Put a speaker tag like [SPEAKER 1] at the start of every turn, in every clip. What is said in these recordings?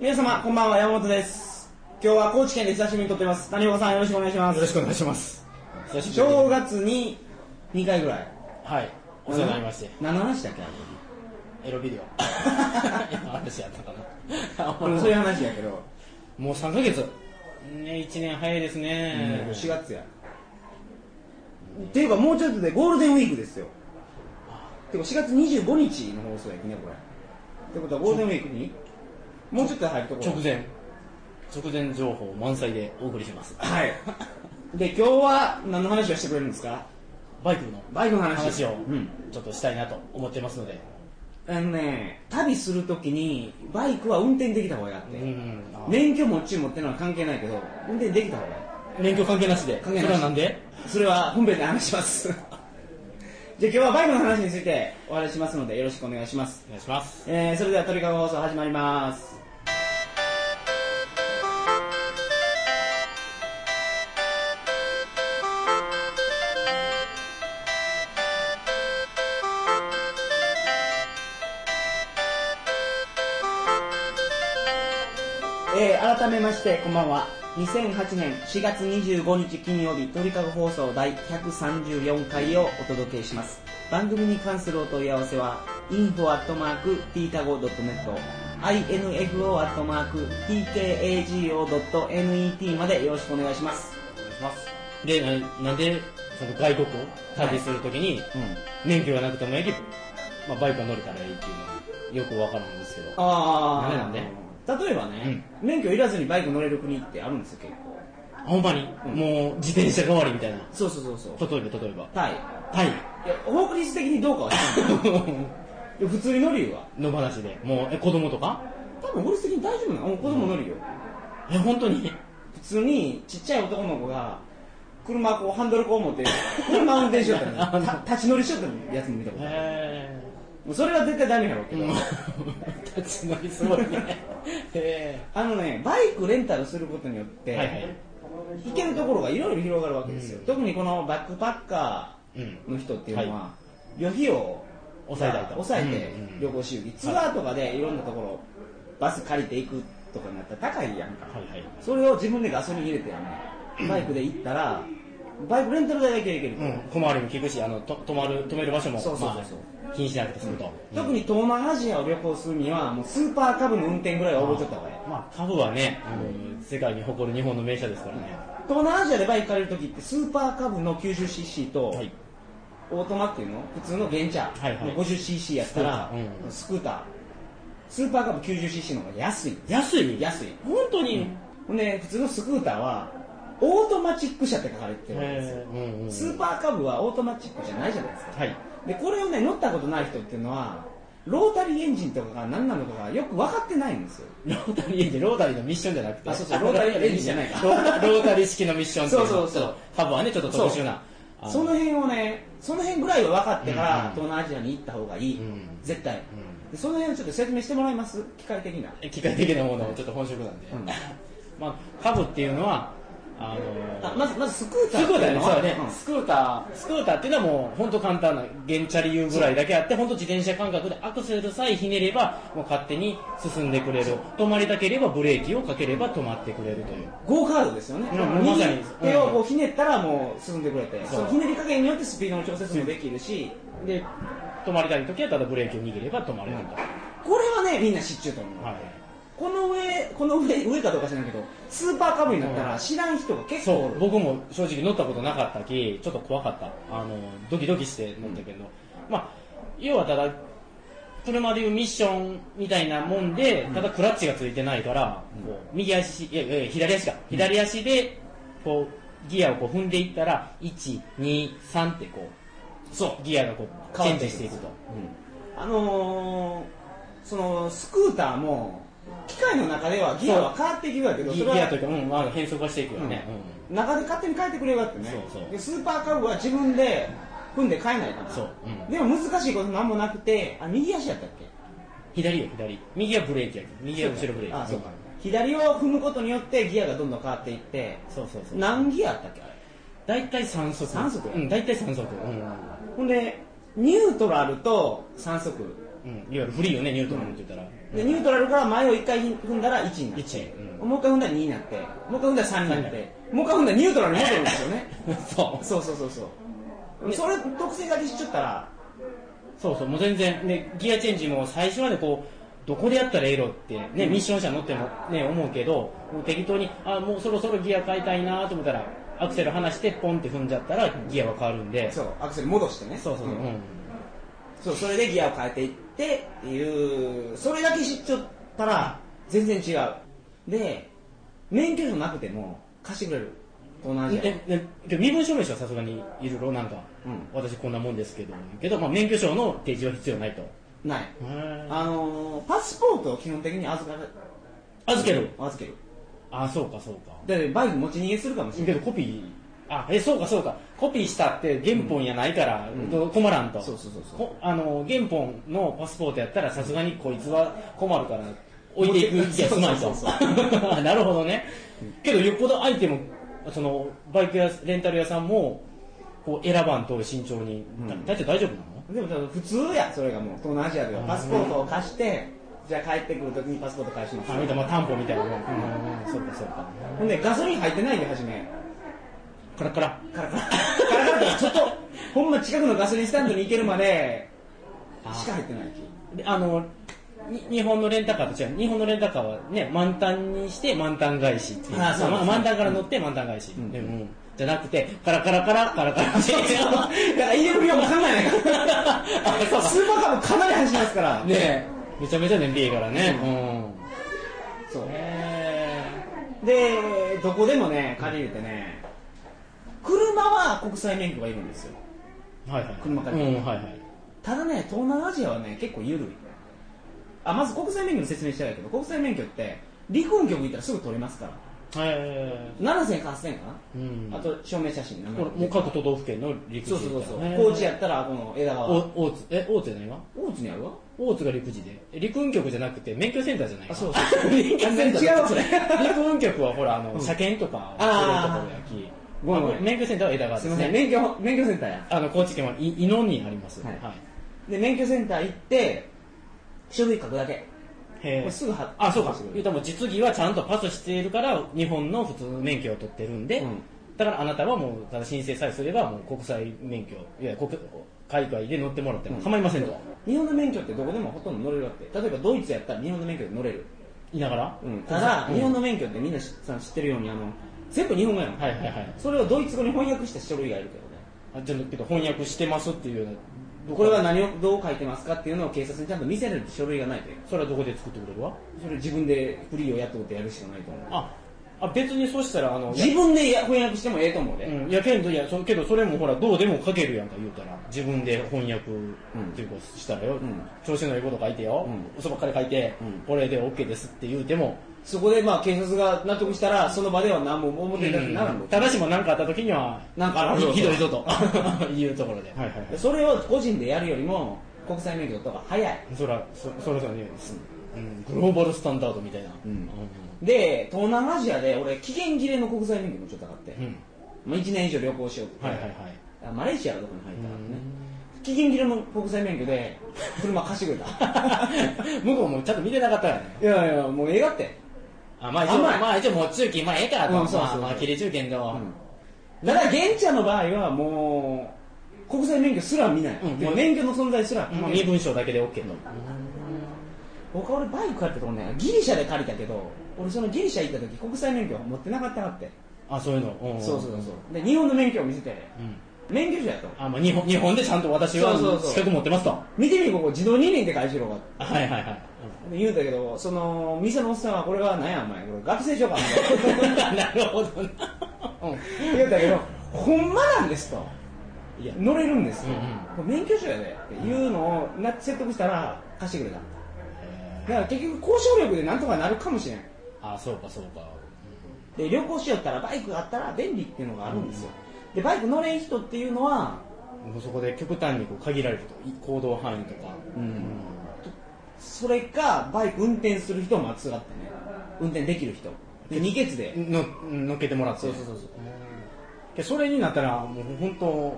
[SPEAKER 1] 皆様、こんばんは、山本です。今日は高知県で久しぶりに撮ってます。谷岡さん、よろしくお願いしま
[SPEAKER 2] よろし
[SPEAKER 1] す。
[SPEAKER 2] くお願いします。久しぶりに
[SPEAKER 1] 正月に2回ぐらい。
[SPEAKER 2] はい、お世話になりまして、
[SPEAKER 1] 何の話だっけ
[SPEAKER 2] エロビデオ。 今話やったかな。
[SPEAKER 1] あれうんそういう話やけど、
[SPEAKER 2] もう3ヶ月。ね、1年早いですね。
[SPEAKER 1] 4月や。っていうか、もうちょっとでゴールデンウィークですよ。てか、4月25日の放送やきね、これ。ってことは、ゴールデンウィークにもうちょっとで入るところ
[SPEAKER 2] 直。前、直前情報満載でお送りします。
[SPEAKER 1] はい。で、今日は何の話をしてくれるんですか
[SPEAKER 2] バイクの
[SPEAKER 1] バイクの話です
[SPEAKER 2] 話を
[SPEAKER 1] うん
[SPEAKER 2] ちょっとしたいなと思ってますので。
[SPEAKER 1] あのね、旅するときにバイクは運転できた方がいいなって、
[SPEAKER 2] うん。ね、
[SPEAKER 1] 免許持ち持ってのは関係ないけど、運転できた方がいい。
[SPEAKER 2] 免許関係なしで。
[SPEAKER 1] 関係なし
[SPEAKER 2] それはなんで
[SPEAKER 1] それは本編で話します。じゃ あ今日はバイクの話についてお話ししますのでよろしくお願いします。
[SPEAKER 2] お願いします。
[SPEAKER 1] えー、それでは鳥かご放送始まります。えー改めましてこんばんは2008年4月25日金曜日鳥かご放送第134回をお届けします番組に関するお問い合わせは info.tkago.net info.tkago.net までよろしくお願いします
[SPEAKER 2] お願いします。で、ななんで、その外国を旅するときに、
[SPEAKER 1] うん
[SPEAKER 2] 免許がなくてもいいけど、まあ、バイクが乗れたらいいっていうのは、よくわからんですけど。
[SPEAKER 1] ああ
[SPEAKER 2] ダメ
[SPEAKER 1] 例えばね、免許いらずにバイク乗れる国ってあるんですよ結構
[SPEAKER 2] ほんまに、
[SPEAKER 1] うん
[SPEAKER 2] もう自転車代わりみたいな。
[SPEAKER 1] そうそうそうそう
[SPEAKER 2] 例えば、例えば。
[SPEAKER 1] タイ
[SPEAKER 2] タイ。
[SPEAKER 1] いやフォークリフト的にどうかは知らな いいや普通に乗るよは
[SPEAKER 2] の話で。もう、え、子供とか
[SPEAKER 1] 多分法律的に大丈夫なの子供乗るよ、
[SPEAKER 2] え、本当に
[SPEAKER 1] 普通にちっちゃい男の子が車こうハンドルこう持 って車運転しよったのた立ち乗りしよったやつも見たことある
[SPEAKER 2] へ
[SPEAKER 1] もうそれは絶対ダメやろうけど、
[SPEAKER 2] ー。 立ち乗りすごいね。へ
[SPEAKER 1] あのねバイクレンタルすることによって、
[SPEAKER 2] ー。はいはい。
[SPEAKER 1] 行けるところがいろいろ広がるわけですよ、
[SPEAKER 2] うん
[SPEAKER 1] 特にこのバックパッカ
[SPEAKER 2] うん。
[SPEAKER 1] ーの人っていうのは、
[SPEAKER 2] は
[SPEAKER 1] 旅費を
[SPEAKER 2] 抑えたいと
[SPEAKER 1] 抑えて
[SPEAKER 2] うんうん
[SPEAKER 1] 旅行し行き、ツアーとかでいろんなところバス借りて行くとかになったら高いやんか、
[SPEAKER 2] はいはい。
[SPEAKER 1] それを自分でガソリン入れてやんねバイクで行ったらバイクレンタル代だけで行ける、
[SPEAKER 2] うん、小回りも効くし、あの、と止まる、止める場所も、
[SPEAKER 1] そうそうそう
[SPEAKER 2] ま
[SPEAKER 1] そう
[SPEAKER 2] あ、気にしなくて済むと。
[SPEAKER 1] 特に東南アジアを旅行するにはもうスーパーカブの運転ぐらいは覚えとった方がいい
[SPEAKER 2] まあ、株はね、あの世界に誇る日本の名車ですからね。
[SPEAKER 1] 東南アジアでバイク借りるときってスーパーカブの 90cc と、
[SPEAKER 2] はい。
[SPEAKER 1] オートマっていうの普通の原チャ
[SPEAKER 2] はいはい
[SPEAKER 1] の 50cc やったらス
[SPEAKER 2] ス
[SPEAKER 1] クーター,、スーパーカブ 90cc の方が安い
[SPEAKER 2] 安い
[SPEAKER 1] 安い
[SPEAKER 2] 本当に、
[SPEAKER 1] ほんで普通のスクーターはオートマチック車って書かれてるわけですよ
[SPEAKER 2] へーうんうん
[SPEAKER 1] スーパーカブはオートマチックじゃないじゃないですか
[SPEAKER 2] はい。
[SPEAKER 1] でこれをね乗ったことない人っていうのはロータリーエンジンとかが何なのかがよく分かってないんですよ
[SPEAKER 2] ロータリーエンジン、ロータリーのミッションじゃなくて、
[SPEAKER 1] あそうそうロータリーエンジンじゃないか
[SPEAKER 2] ローロータリー式のミッションっていうの
[SPEAKER 1] そうそうそう
[SPEAKER 2] ちょっとハブはね、ちょっと特殊な。あ
[SPEAKER 1] その辺をねその辺ぐらいは分かってから、
[SPEAKER 2] うんうん
[SPEAKER 1] 東南アジアに行った方がいい、
[SPEAKER 2] うん
[SPEAKER 1] 絶対、
[SPEAKER 2] ん
[SPEAKER 1] でその辺をちょっと説明してもらえます機械的な
[SPEAKER 2] 機械的なものをちょっと本職なんで。
[SPEAKER 1] うん
[SPEAKER 2] まあ、ハブっていうのは、あの
[SPEAKER 1] あまずまずスクー
[SPEAKER 2] ス
[SPEAKER 1] タ
[SPEAKER 2] ク
[SPEAKER 1] ー
[SPEAKER 2] ーターね、そうね、
[SPEAKER 1] うん
[SPEAKER 2] スクーター、スクーターっていうのはもう本当簡単な、原チャリいうぐらいだけあって、本当自転車感覚でアクセルさえひねれば、もう勝手に進んでくれる。止まりたければブレーキをかければ止まってくれるという。
[SPEAKER 1] ゴーカードですよね、
[SPEAKER 2] うん
[SPEAKER 1] 右
[SPEAKER 2] まさに
[SPEAKER 1] 手をこうひねったらもう進んでくれて、
[SPEAKER 2] ん
[SPEAKER 1] そのひねり加減によってスピードの調節もできるし、
[SPEAKER 2] で、止まりたい時はただブレーキを握れば止まれると。
[SPEAKER 1] これはねみんな知っちゅうと思う、
[SPEAKER 2] はい。
[SPEAKER 1] この上この上上かどうか知らんけどスーパーカブになったら知らん人が結構
[SPEAKER 2] そ
[SPEAKER 1] お
[SPEAKER 2] う
[SPEAKER 1] る
[SPEAKER 2] 僕も正直乗ったことなかったきちょっと怖かったあのドキドキして乗ったけど、まあ要はただ車でいうミッションみたいなもんで、ただクラッチがついてないから、こう右足いやいやいや左足か左足でこうギアをこう踏んでいったら123ってこうそうギアがこうチ
[SPEAKER 1] 変わ
[SPEAKER 2] ェ
[SPEAKER 1] っ
[SPEAKER 2] ン
[SPEAKER 1] てい
[SPEAKER 2] ジ
[SPEAKER 1] く
[SPEAKER 2] していくと
[SPEAKER 1] あのー、そのスクーターも機械の中ではギアは変わっていくわけど
[SPEAKER 2] ギ
[SPEAKER 1] それ
[SPEAKER 2] ギア
[SPEAKER 1] は
[SPEAKER 2] というか、うんまあ、変速はしていくよね、
[SPEAKER 1] うん
[SPEAKER 2] うん
[SPEAKER 1] 中で勝手に変えてくれるわけね
[SPEAKER 2] そうそう
[SPEAKER 1] でスーパーカブは自分で踏んで変えないから
[SPEAKER 2] そううん
[SPEAKER 1] でも難しいことなんもなくてあ右足やったっけ
[SPEAKER 2] 左よ左右はブレーキやけど右は後ろブレーキ
[SPEAKER 1] あそうか左を踏むことによってギアがどんどん変わっていって
[SPEAKER 2] そうそうそう
[SPEAKER 1] 何ギアあったっけあれ
[SPEAKER 2] 大体3速
[SPEAKER 1] 三速
[SPEAKER 2] うん大体3速うん
[SPEAKER 1] ほんでニュートラルと3速
[SPEAKER 2] ううん、いわゆるフリーよね、ニュートラルって言ったら。
[SPEAKER 1] でニュートラルから前を1回踏んだら1になって
[SPEAKER 2] 一うん
[SPEAKER 1] もう1回踏んだら2になってもう1回踏んだら3になってもう1回踏んだらニュートラルに戻るんですよね
[SPEAKER 2] そう。
[SPEAKER 1] そうそうそうそうそれ特性だけ知っちゃったら
[SPEAKER 2] そうそう、もう全然、ね、ギアチェンジも最初までこう、どこでやったらええろって、ね、ミッション車乗ってもね、思うけど、もう適当に、あ、もうそろそろギア変えたいなと思ったら、アクセル離してポンって踏んじゃったら、ギアは変わるんで。
[SPEAKER 1] そうアクセル戻してね
[SPEAKER 2] そうそうそう。
[SPEAKER 1] ん
[SPEAKER 2] うん
[SPEAKER 1] そうそれでギアを変えていってっていうそれだけ知っちゃったら全然違うで免許証なくても貸してくれる東南アジア
[SPEAKER 2] ええけど身分証明書はさすがにいるろなんか、
[SPEAKER 1] うん
[SPEAKER 2] 私こんなもんですけどけど、まあ、免許証の提示は必要ないと
[SPEAKER 1] ないあのーパスポートを基本的に預かる
[SPEAKER 2] 預ける
[SPEAKER 1] 預ける
[SPEAKER 2] あそうかそうか
[SPEAKER 1] だってバイク持ち逃げするかもしれ
[SPEAKER 2] け
[SPEAKER 1] ない
[SPEAKER 2] どコピーあえそうかそうかコピーしたって原本やないから、ど困らんと
[SPEAKER 1] そうそうそうそう
[SPEAKER 2] こあの原本のパスポートやったらさすがにこいつは困るから置いていく気がすまい
[SPEAKER 1] そ
[SPEAKER 2] と
[SPEAKER 1] うそう
[SPEAKER 2] なるほどねけどよっぽど相手もそのバイクやレンタル屋さんもこう選ばんと慎重に、
[SPEAKER 1] うん
[SPEAKER 2] だって大丈夫なの
[SPEAKER 1] でも多分普通やそれがもう東南アジアでは
[SPEAKER 2] うん
[SPEAKER 1] パスポートを貸してじゃあ帰ってくるときにパスポート返します
[SPEAKER 2] あ見たまあ担保みたいなもん、うん、そうかそうか
[SPEAKER 1] ほんでガソリン入ってないんで初め
[SPEAKER 2] カラカラ
[SPEAKER 1] カラカラカラカラってちょっとほんま近くのガソリンスタンドに行けるまで
[SPEAKER 2] あ
[SPEAKER 1] しか入ってない
[SPEAKER 2] であのに日本のレンタカーと違う日本のレンタカーはね満タンにして満タン返しっていう
[SPEAKER 1] あそう
[SPEAKER 2] ま満タンから乗って満タン返し、
[SPEAKER 1] うん
[SPEAKER 2] でもうんじゃなくてカラカラカラカラカラ って
[SPEAKER 1] だから入れる量も考えないか
[SPEAKER 2] あそう
[SPEAKER 1] ら
[SPEAKER 2] か
[SPEAKER 1] スーパーカーもかなり走りますから
[SPEAKER 2] ねえめちゃめちゃ燃費いいからねう
[SPEAKER 1] そ
[SPEAKER 2] んへ
[SPEAKER 1] うでどこでもね借りれてね車は国際免許がいるんですよ
[SPEAKER 2] えはいはい
[SPEAKER 1] 車借りて
[SPEAKER 2] うんはいはい
[SPEAKER 1] ただね東南アジアはね結構緩いあまず国際免許の説明したいけど国際免許って陸運局行ったらすぐ取れますから
[SPEAKER 2] はい
[SPEAKER 1] 7000か8000かな、
[SPEAKER 2] うん
[SPEAKER 1] あと証明写真名前
[SPEAKER 2] これもう各都道府県の陸地
[SPEAKER 1] そうそうそうそう
[SPEAKER 2] みたいな
[SPEAKER 1] 高知やったらこの枝川
[SPEAKER 2] お大津え大津やないわ
[SPEAKER 1] 大津にあるわ
[SPEAKER 2] 大津が陸自でえ陸運局じゃなくて免許センターじゃないか
[SPEAKER 1] あそうそうそう
[SPEAKER 2] 免許センターだ
[SPEAKER 1] 全然違うわそれ
[SPEAKER 2] 陸運局はほらあの、車検とか
[SPEAKER 1] あー
[SPEAKER 2] そういうとこ
[SPEAKER 1] ご
[SPEAKER 2] ろ
[SPEAKER 1] めん
[SPEAKER 2] やき
[SPEAKER 1] ごめん
[SPEAKER 2] あ免許センターは枝川ですす
[SPEAKER 1] い
[SPEAKER 2] ね
[SPEAKER 1] ません免許免許センターや
[SPEAKER 2] あの高知県はい伊野にあります
[SPEAKER 1] は
[SPEAKER 2] はいい、
[SPEAKER 1] で免許センター行って書類書くだけ
[SPEAKER 2] へ
[SPEAKER 1] これ
[SPEAKER 2] え
[SPEAKER 1] すぐ貼って
[SPEAKER 2] あそうか
[SPEAKER 1] すぐ
[SPEAKER 2] 言うたらもう実技はちゃんとパスしているから日本の普通の免許を取ってるんで、
[SPEAKER 1] うん
[SPEAKER 2] だからあなたはもうただ申請さえすればもう国際免許いや国海外で乗ってもらっても構いませんと、
[SPEAKER 1] 日本の免許ってどこでもほとんど乗れるわけ例えばドイツやったら日本の免許で乗れる、
[SPEAKER 2] いながら、
[SPEAKER 1] うん、ただ、
[SPEAKER 2] うん
[SPEAKER 1] 日本の免許ってみんな知さ知ってるようにあの全部日本語やん、
[SPEAKER 2] はいはいはい
[SPEAKER 1] それをドイツ語に翻訳した書類がいるけどね
[SPEAKER 2] あじゃあけど翻訳してますっていうような
[SPEAKER 1] これは何をどう書いてますかっていうのを警察にちゃんと見せれる書類がないという
[SPEAKER 2] それはどこで作ってくれるわ
[SPEAKER 1] それ自分でフリーをやったことやるしかないと思う
[SPEAKER 2] ああ別にそうしたらあの
[SPEAKER 1] 自分でや翻訳してもええと思うで、
[SPEAKER 2] うん、いやけんどいやそけどそれもほらどうでも書けるやんか言うたら自分で翻訳っていうかしたらよ、
[SPEAKER 1] ん
[SPEAKER 2] 調子のいいこと書いてよ、
[SPEAKER 1] うん
[SPEAKER 2] 嘘ばっかり書いて、
[SPEAKER 1] うん
[SPEAKER 2] これで OK ですって言うても、
[SPEAKER 1] そこでまあ警察が納得したらその場では何も表に出てならんの、
[SPEAKER 2] ただしも何かあった時には
[SPEAKER 1] なんかあるぞと
[SPEAKER 2] ひどいぞと いうところで、はいはいはい、
[SPEAKER 1] それを個人でやるよりも国際免許とか早い
[SPEAKER 2] そらそそらそらね、うん、グローバルスタンダードみたいな、
[SPEAKER 1] うん
[SPEAKER 2] うん
[SPEAKER 1] で東南アジアで俺期限切れの国際免許もちょっと上がって、
[SPEAKER 2] うん
[SPEAKER 1] まあ、1年以上旅行しようって、
[SPEAKER 2] はいはいはい
[SPEAKER 1] あマレーシアのとこに入ったからね期限切れの国際免許で車貸してくれた
[SPEAKER 2] 向こうもちゃんと見てなかったからね
[SPEAKER 1] いやいやもう映画って
[SPEAKER 2] あまあ一応
[SPEAKER 1] 甘い
[SPEAKER 2] まあ一応もう中期まあええからと、
[SPEAKER 1] うんそうそうそう
[SPEAKER 2] まあまあ切れ中堅と、
[SPEAKER 1] だから現地の場合はもう国際免許すら見ない、
[SPEAKER 2] うん
[SPEAKER 1] てか免許の存在すら、
[SPEAKER 2] まあ、身分証だけで OK と、
[SPEAKER 1] 僕は俺バイク借りたとこねギリシャで借りたけど俺そのギリシャ行った時国際免許持ってなかったかって、
[SPEAKER 2] あそういうの、ん
[SPEAKER 1] そうそうそうで日本の免許を見せて
[SPEAKER 2] うん
[SPEAKER 1] 免許証やと
[SPEAKER 2] あ、まあ、日本日本でちゃんと私は
[SPEAKER 1] そうそうそう
[SPEAKER 2] 資格持ってますと
[SPEAKER 1] 見てみここ自動二輪で返しろがって
[SPEAKER 2] はいはいはい
[SPEAKER 1] 言うたけどその店のおっさんはこれは何やお前これ学生証かお前
[SPEAKER 2] なるほどな、 う
[SPEAKER 1] 言うたけどほんまなんですと
[SPEAKER 2] ん、いや
[SPEAKER 1] 乗れるんですと、
[SPEAKER 2] うんうん
[SPEAKER 1] これ免許証やでっていうのをな説得したら貸してくれただから結局交渉力でなんとかなるかもしれん
[SPEAKER 2] あそうかそうか
[SPEAKER 1] で旅行しよったらバイクがあったら便利っていうのがあるんですよ、でバイク乗れん人っていうのは
[SPEAKER 2] うんもうそこで極端にこう限られるとい行動範囲とか、
[SPEAKER 1] うんそれかバイク運転する人も集がってね運転できる人で2ケツで、
[SPEAKER 2] の乗っけてもらって
[SPEAKER 1] そうそうそうそう
[SPEAKER 2] けそれになったらもう本当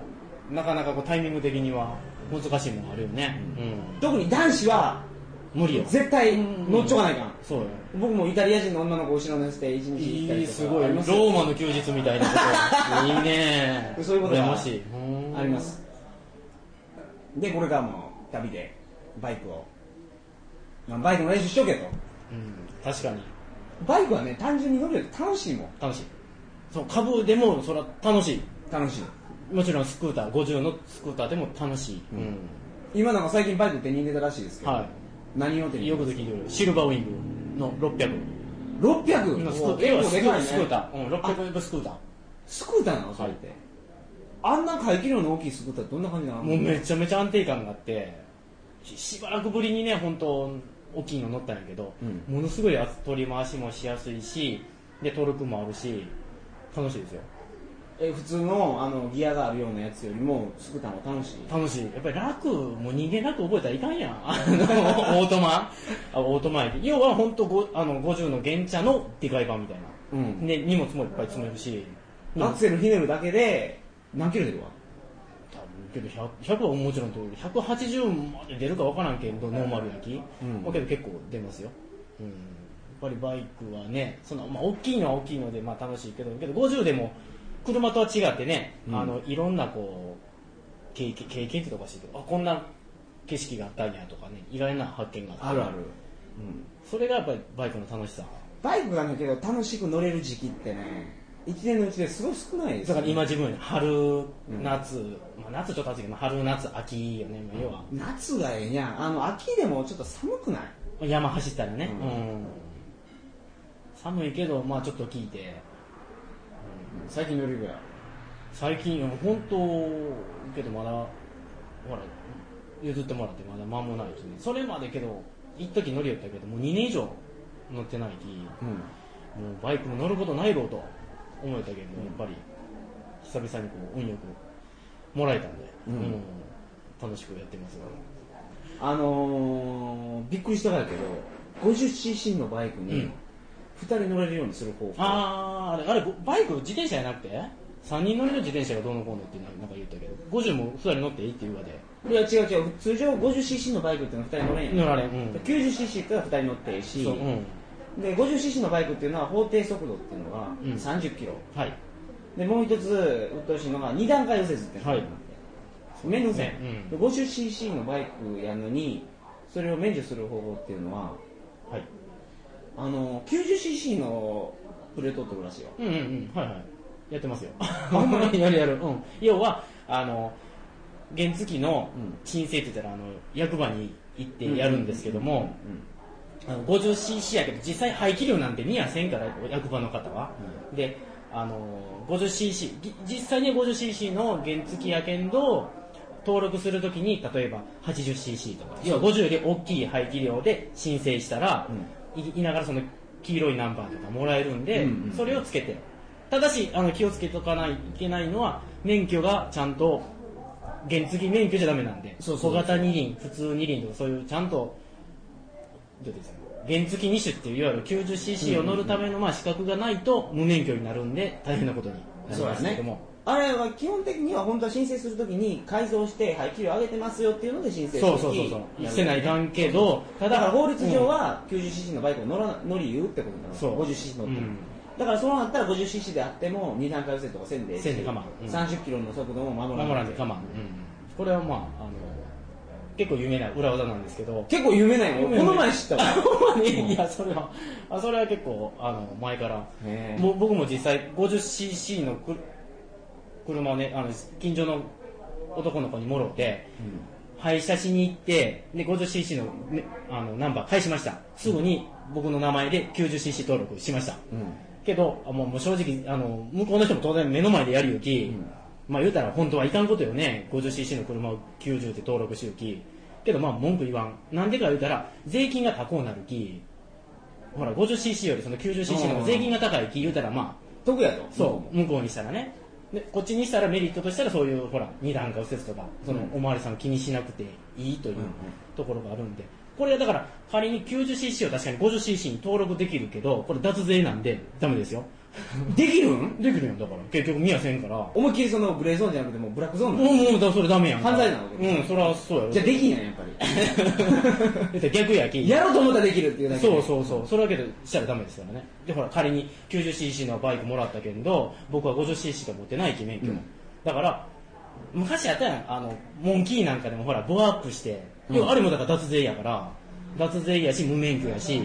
[SPEAKER 2] なかなかこうタイミング的には難しいものあるよね、
[SPEAKER 1] 特に男子は
[SPEAKER 2] うん、無理よ
[SPEAKER 1] 絶対乗っちょかないかん、
[SPEAKER 2] そうよ
[SPEAKER 1] 僕もイタリア人の女の子を後ろ乗せて一日行ったりとかあり
[SPEAKER 2] ロ
[SPEAKER 1] ます
[SPEAKER 2] ーマの休日みたいなこといいね
[SPEAKER 1] そういうことが
[SPEAKER 2] 羨ましいうん
[SPEAKER 1] ありますでこれからも旅でバイクを、まあ、バイクの練習しとけと
[SPEAKER 2] うん確かに
[SPEAKER 1] バイクはね単純に乗るより楽しいもん
[SPEAKER 2] 楽しいそう株でもそれは楽しい
[SPEAKER 1] 楽しい
[SPEAKER 2] もちろんスクーター50のスクーターでも楽しい、うん
[SPEAKER 1] 今なんか最近バイク手に入れたらしいですけど、
[SPEAKER 2] は
[SPEAKER 1] 何を手
[SPEAKER 2] い
[SPEAKER 1] に入
[SPEAKER 2] よ
[SPEAKER 1] れ
[SPEAKER 2] くできるシルバーウィングの600
[SPEAKER 1] 600
[SPEAKER 2] のスク
[SPEAKER 1] おー
[SPEAKER 2] ーター要はス
[SPEAKER 1] 結
[SPEAKER 2] ク
[SPEAKER 1] 構でかいね
[SPEAKER 2] スクーター、うん、600のスクータ
[SPEAKER 1] スクーターなのそれって、あんな排気量の大きいスクーターってどんな感じなの
[SPEAKER 2] ーもうめちゃめちゃ安定感があってししばらくぶりにね本当大きいの乗ったんやけど、
[SPEAKER 1] う
[SPEAKER 2] ものすごい圧取り回しもしやすいしでトルクもあるし楽しいですよ
[SPEAKER 1] え普通のあのギアがあるようなやつよりもスクーターも楽しい
[SPEAKER 2] 楽しいやっぱり楽もう人間楽覚えたらいかんやんあ のオートマあオートマやけど要は本当ごあの50の原茶のでかい版みたいな、
[SPEAKER 1] うん
[SPEAKER 2] で荷物もいっぱい積めるし
[SPEAKER 1] アクセルひねるだけで何キロ出るわ
[SPEAKER 2] 多分けど 100, 100はもちろん通る180まで出るか分からんけどノーマル焼き、
[SPEAKER 1] うん
[SPEAKER 2] まあけど結構出ますよ、うん、やっぱりバイクはねその、まあ、大きいのは大きいので、まあ、楽しいけどけど50でも車とは違ってね、
[SPEAKER 1] うん
[SPEAKER 2] あのいろんなこう経験経験っておかしいけどあこんな景色があったんやとかね意外な発見があって
[SPEAKER 1] る、うん、
[SPEAKER 2] それがやっぱりバイクの楽しさ
[SPEAKER 1] バイクがねけど楽しく乗れる時期ってね1年のうちですごい少ないです
[SPEAKER 2] だ
[SPEAKER 1] よ
[SPEAKER 2] から今自分春
[SPEAKER 1] ん
[SPEAKER 2] 夏、まあ、夏ちょっと暑いけどまあ春夏秋よね、まあ、要は
[SPEAKER 1] 夏がええにゃんあの秋でもちょっと寒くない
[SPEAKER 2] 山走ったらね、
[SPEAKER 1] う
[SPEAKER 2] うんん寒いけど、まあ、ちょっと聞いて
[SPEAKER 1] 最近乗りぐらい
[SPEAKER 2] 最近本当けどまだほら譲ってもらってまだ間もないきねそれまでけど一時乗りよったけどもう2年以上乗ってないきも
[SPEAKER 1] うん
[SPEAKER 2] うバイクも乗ることないろうと思えたけど、やっぱり久々にこう運よくもらえたんで、
[SPEAKER 1] うん
[SPEAKER 2] 楽しくやってますよ
[SPEAKER 1] あのー、びっくりしたからやけど 50cc のバイク
[SPEAKER 2] う
[SPEAKER 1] に
[SPEAKER 2] ん
[SPEAKER 1] 2人乗れるようにする方法、
[SPEAKER 2] あーあれあれバイク自転車じゃなくて3人乗りの自転車がどうのこうのってなんか言ったけど50も2人乗っていいって言うわで
[SPEAKER 1] いや違う違う通常 50cc のバイクっていうのは2人乗れんや
[SPEAKER 2] 乗
[SPEAKER 1] ん
[SPEAKER 2] られん、うん、
[SPEAKER 1] 90cc ってのは2人乗ってええし、
[SPEAKER 2] そううん
[SPEAKER 1] で 50cc のバイクっていうのは法定速度っていうのが
[SPEAKER 2] うん
[SPEAKER 1] 30キロ、
[SPEAKER 2] はい
[SPEAKER 1] でもう一つ鬱陶しいのが2段階右折っていうのがあって
[SPEAKER 2] はい
[SPEAKER 1] 面倒くさい、
[SPEAKER 2] ね
[SPEAKER 1] で 50cc のバイクやのにそれを免除する方法っていうのは
[SPEAKER 2] はい
[SPEAKER 1] あの 90cc のプレートを取るらしいよ
[SPEAKER 2] うんうんうんはいはいやっ てますよやるやる、うん、要はあの原付の
[SPEAKER 1] うん
[SPEAKER 2] 申請って言ったらあの役場に行ってやるんですけども、
[SPEAKER 1] う
[SPEAKER 2] あの 50cc やけど実際排気量なんて見やせんから役場の方は、であの 50cc ぎ実際には 50cc の原付やけんど登録するときに例えば 80cc とか要は50より大きい排気量で申請したら、いいながらその黄色いナンバーとかもらえるんで、
[SPEAKER 1] うんうん
[SPEAKER 2] それをつけてただしあの気をつけとかないいけないのは免許がちゃんと原付免許じゃダメなんで
[SPEAKER 1] そうそう
[SPEAKER 2] 小型二輪普通二輪とかそういうちゃんとどうですか原付2種っていういわゆる 90cc を乗るためのまあ資格がないと無免許になるんで大変なことになりますけども、
[SPEAKER 1] あれは基本的には本当は申請するときに改造して排気量上げてますよっていうので申請する
[SPEAKER 2] そうそうそうそうしてないかんけどた
[SPEAKER 1] だ
[SPEAKER 2] だ
[SPEAKER 1] から法律上、は 90cc のバイクを乗らな乗り言うってことなの
[SPEAKER 2] そう
[SPEAKER 1] 50cc 乗ってる、
[SPEAKER 2] うん
[SPEAKER 1] だからそうなったら 50cc であっても2段階右折とかせんでええし
[SPEAKER 2] せんで構わんうん
[SPEAKER 1] 30キロの速度も
[SPEAKER 2] う
[SPEAKER 1] 守
[SPEAKER 2] ん
[SPEAKER 1] ら
[SPEAKER 2] 守
[SPEAKER 1] ない
[SPEAKER 2] らんで構わん、これはまああの結構有名な裏技なんですけど
[SPEAKER 1] 結構有名なんよ
[SPEAKER 2] 有名
[SPEAKER 1] この前知った わ
[SPEAKER 2] ほんまにいやそれはあそれは結構あの前から
[SPEAKER 1] へえ
[SPEAKER 2] もう僕も実際 50cc のくる車をねあの近所の男の子にもろて廃車しに行ってで 50cc の,、ね、あのナンバー返しましたすぐに僕の名前で 90cc 登録しました
[SPEAKER 1] うんうん
[SPEAKER 2] けどあもうもう正直あの向こうの人も当然目の前でやるよき、
[SPEAKER 1] うん
[SPEAKER 2] まあ言うたら本当はいかんことよね 50cc の車を90で登録しよきけどまあ文句言わんなんでか言うたら税金が高うなるきほら 50cc よりその 90cc の方が税金が高いき言うたらまあ
[SPEAKER 1] 得やと
[SPEAKER 2] そう向こうにしたらねでこっちにしたらメリットとしたらそういうほら二段階右折とかそ
[SPEAKER 1] う
[SPEAKER 2] の
[SPEAKER 1] ん
[SPEAKER 2] おまわりさん気にしなくていいという
[SPEAKER 1] うんうん
[SPEAKER 2] ところがあるんでこれはだから仮に 90cc を確かに 50cc に登録できるけどこれ脱税なんでダメですよ
[SPEAKER 1] できるん
[SPEAKER 2] できるやんだから結局見やせんからも
[SPEAKER 1] 思いっきりそのグレーゾーンじゃなくてもうブラックゾーン
[SPEAKER 2] う
[SPEAKER 1] なの
[SPEAKER 2] もうだそれダメやん
[SPEAKER 1] 犯罪なわけ
[SPEAKER 2] うんそれはそうやろ
[SPEAKER 1] じゃあできんやんやっぱ
[SPEAKER 2] だって逆やき
[SPEAKER 1] りやろうと思ったらできるっていうだけで
[SPEAKER 2] そうそうそうそれだけでしたらダメですからねでほら仮に 90cc のバイクもらったけんど僕は 50cc しか持ってないき免許、
[SPEAKER 1] うん
[SPEAKER 2] だから昔やったやんあのモンキーなんかでもほらボアアップして、
[SPEAKER 1] うん
[SPEAKER 2] 要はあれもだから脱税やから脱税やし無免許やし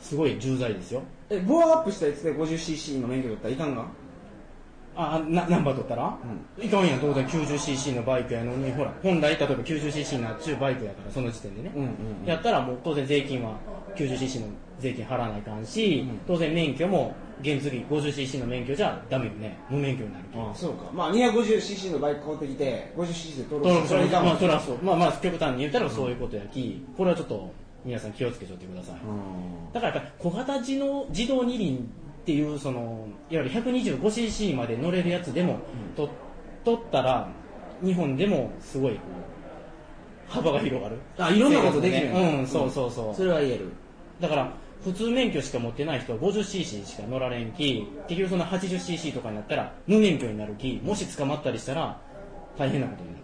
[SPEAKER 2] すごい重罪ですよ
[SPEAKER 1] えボアアップしたやつで 50cc の免許取ったらいかんが
[SPEAKER 2] あなナンバー取ったら、いかんやん当然 90cc のバイクやのにほら本来例えば 90cc なっちゅうバイクやからその時点でね、
[SPEAKER 1] うんうんうん
[SPEAKER 2] やったらもう当然税金は 90cc の税金払わないかんし、
[SPEAKER 1] うん
[SPEAKER 2] 当然免許も原付 50cc の免許じゃダメよね無免許になるけ
[SPEAKER 1] あ
[SPEAKER 2] ど
[SPEAKER 1] あそうかまあ 250cc のバイク買ってきて 50cc で登
[SPEAKER 2] 登
[SPEAKER 1] 録
[SPEAKER 2] 録
[SPEAKER 1] した
[SPEAKER 2] さ
[SPEAKER 1] ら
[SPEAKER 2] れ
[SPEAKER 1] い
[SPEAKER 2] た
[SPEAKER 1] かん
[SPEAKER 2] ま
[SPEAKER 1] わ
[SPEAKER 2] あそれはそうまあまあ極端に言ったらそういうことやき、これはちょっと皆さん気をつけちゃってください、
[SPEAKER 1] うん
[SPEAKER 2] だからやっぱり小型自動自動二輪っていうそのいわゆる 125cc まで乗れるやつでも、と取ったら日本でもすごいこう幅が広がる
[SPEAKER 1] あいろんなことできる
[SPEAKER 2] 生活ねうんそうそうそう、
[SPEAKER 1] それは言える
[SPEAKER 2] だから普通免許しか持ってない人は 50cc しか乗られんき結局その 80cc とかになったら無免許になるきもし捕まったりしたら大変なことになる、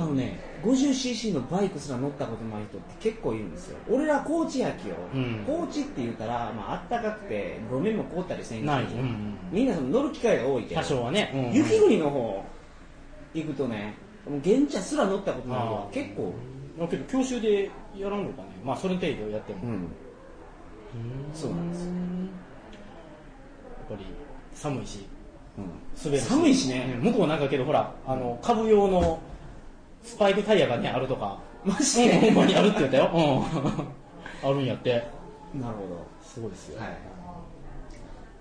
[SPEAKER 1] あ
[SPEAKER 2] うん
[SPEAKER 1] のね 50cc のバイクすら乗ったことない人って結構いるんですよ俺ら高知やきよ、
[SPEAKER 2] うん
[SPEAKER 1] 高知って言うたら、まああったかくて路面も凍ったりせんけど
[SPEAKER 2] ない、うんうん
[SPEAKER 1] みんなその乗る機会が多いけど
[SPEAKER 2] 多少はね、うんうん
[SPEAKER 1] 雪国の方行くとねもう原茶すら乗ったことない人
[SPEAKER 2] あ
[SPEAKER 1] が
[SPEAKER 2] あ
[SPEAKER 1] 結構、
[SPEAKER 2] だけど教習でやらんのかねまあそれ程度やっても、
[SPEAKER 1] うん、そうなんですよ
[SPEAKER 2] やっぱり寒いし
[SPEAKER 1] うん
[SPEAKER 2] 滑るし
[SPEAKER 1] 寒いしね、
[SPEAKER 2] うん向こうなんかけどほらあの株用のスパイクタイヤがねあるとか
[SPEAKER 1] マジ
[SPEAKER 2] うんほ
[SPEAKER 1] で、
[SPEAKER 2] んまにあるって言ったよ、うん、あるんやって
[SPEAKER 1] なるほ
[SPEAKER 2] すごいです
[SPEAKER 1] ど、
[SPEAKER 2] よ、
[SPEAKER 1] はい、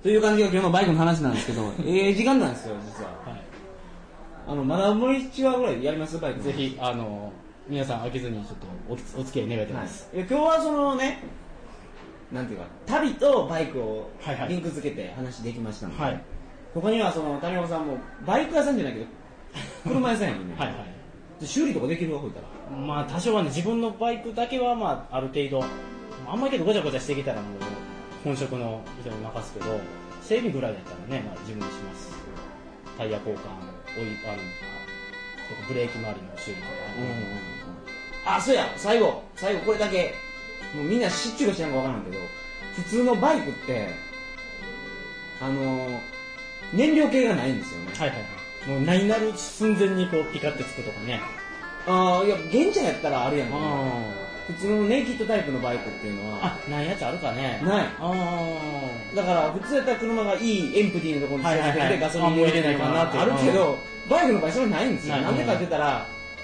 [SPEAKER 1] という感じが今日のバイクの話なんですけどええ時間なんですよ実は
[SPEAKER 2] はい
[SPEAKER 1] あのまだもう1話ぐらいやりますバイク
[SPEAKER 2] ぜひあの皆さん飽きずにちょっとおつお付き合い願いたいです、
[SPEAKER 1] はい、いや今日はそのねなんていうか旅とバイクを
[SPEAKER 2] はいはい
[SPEAKER 1] リンク付けて話できましたので、
[SPEAKER 2] はい
[SPEAKER 1] ここにはその谷本さんもバイク屋さんじゃないけど車屋さんやねんね
[SPEAKER 2] はい、はい
[SPEAKER 1] 修理とかできるわほいたら
[SPEAKER 2] まあ多少はね自分のバイクだけはまあある程度あんまりけどごちゃごちゃしてきたらもう本職の人に任すけど整備ぐらいだったらね、まあ、自分でしますタイヤ交換オイルあのとかブレーキ周りの修理とか、
[SPEAKER 1] あそうや最後最後これだけもうみんな知っちゅうか知らんか分からんけど普通のバイクってあのー燃料系がないんですよね
[SPEAKER 2] はいはいはいもう何なる寸前にこうピカってつくとかね
[SPEAKER 1] ああいや現地やったらあるやんか
[SPEAKER 2] あ
[SPEAKER 1] 普通のネイキッドタイプのバイクっていうのは
[SPEAKER 2] あないやつあるかね
[SPEAKER 1] ない
[SPEAKER 2] あ
[SPEAKER 1] だから普通やったら車がいいエンプティーのところに
[SPEAKER 2] はいはいはい
[SPEAKER 1] てガソリン入れないかなって
[SPEAKER 2] あ
[SPEAKER 1] ある
[SPEAKER 2] もう入れないかなって
[SPEAKER 1] けどバイクの場合それないんですよ
[SPEAKER 2] ない
[SPEAKER 1] なんでかって言ったら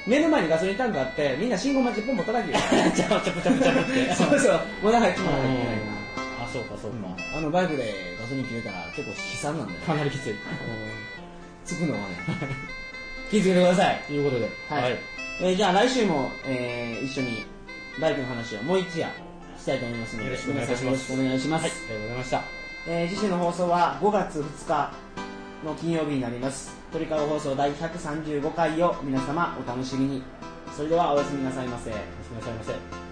[SPEAKER 1] 目の前にガソリンタンクあってみんな信号待ちでポンポン 叩きよ
[SPEAKER 2] あちゃぶちゃぶちゃぶちゃ ぶって
[SPEAKER 1] そうそうもう中入っち
[SPEAKER 2] う
[SPEAKER 1] まわなきゃいけないか
[SPEAKER 2] んあそうかそうか、
[SPEAKER 1] らあのバイクでガソリン切れたら結構悲惨なんだよ
[SPEAKER 2] かなりきつい
[SPEAKER 1] つくのはね気づけてください
[SPEAKER 2] ということで
[SPEAKER 1] はい、えーじゃあ来週も、えー一緒にバイクの話をもう一夜したいと思いますので
[SPEAKER 2] よろしくお願いいたし
[SPEAKER 1] 皆さん
[SPEAKER 2] ます
[SPEAKER 1] よろしくお願いしま
[SPEAKER 2] はい、あ
[SPEAKER 1] す、
[SPEAKER 2] りがとうございました
[SPEAKER 1] えー次週の放送は5月2日の金曜日になります鳥かご放送第135回を皆様お楽しみにそれではおやすみなさいませ
[SPEAKER 2] おやすみなさいませ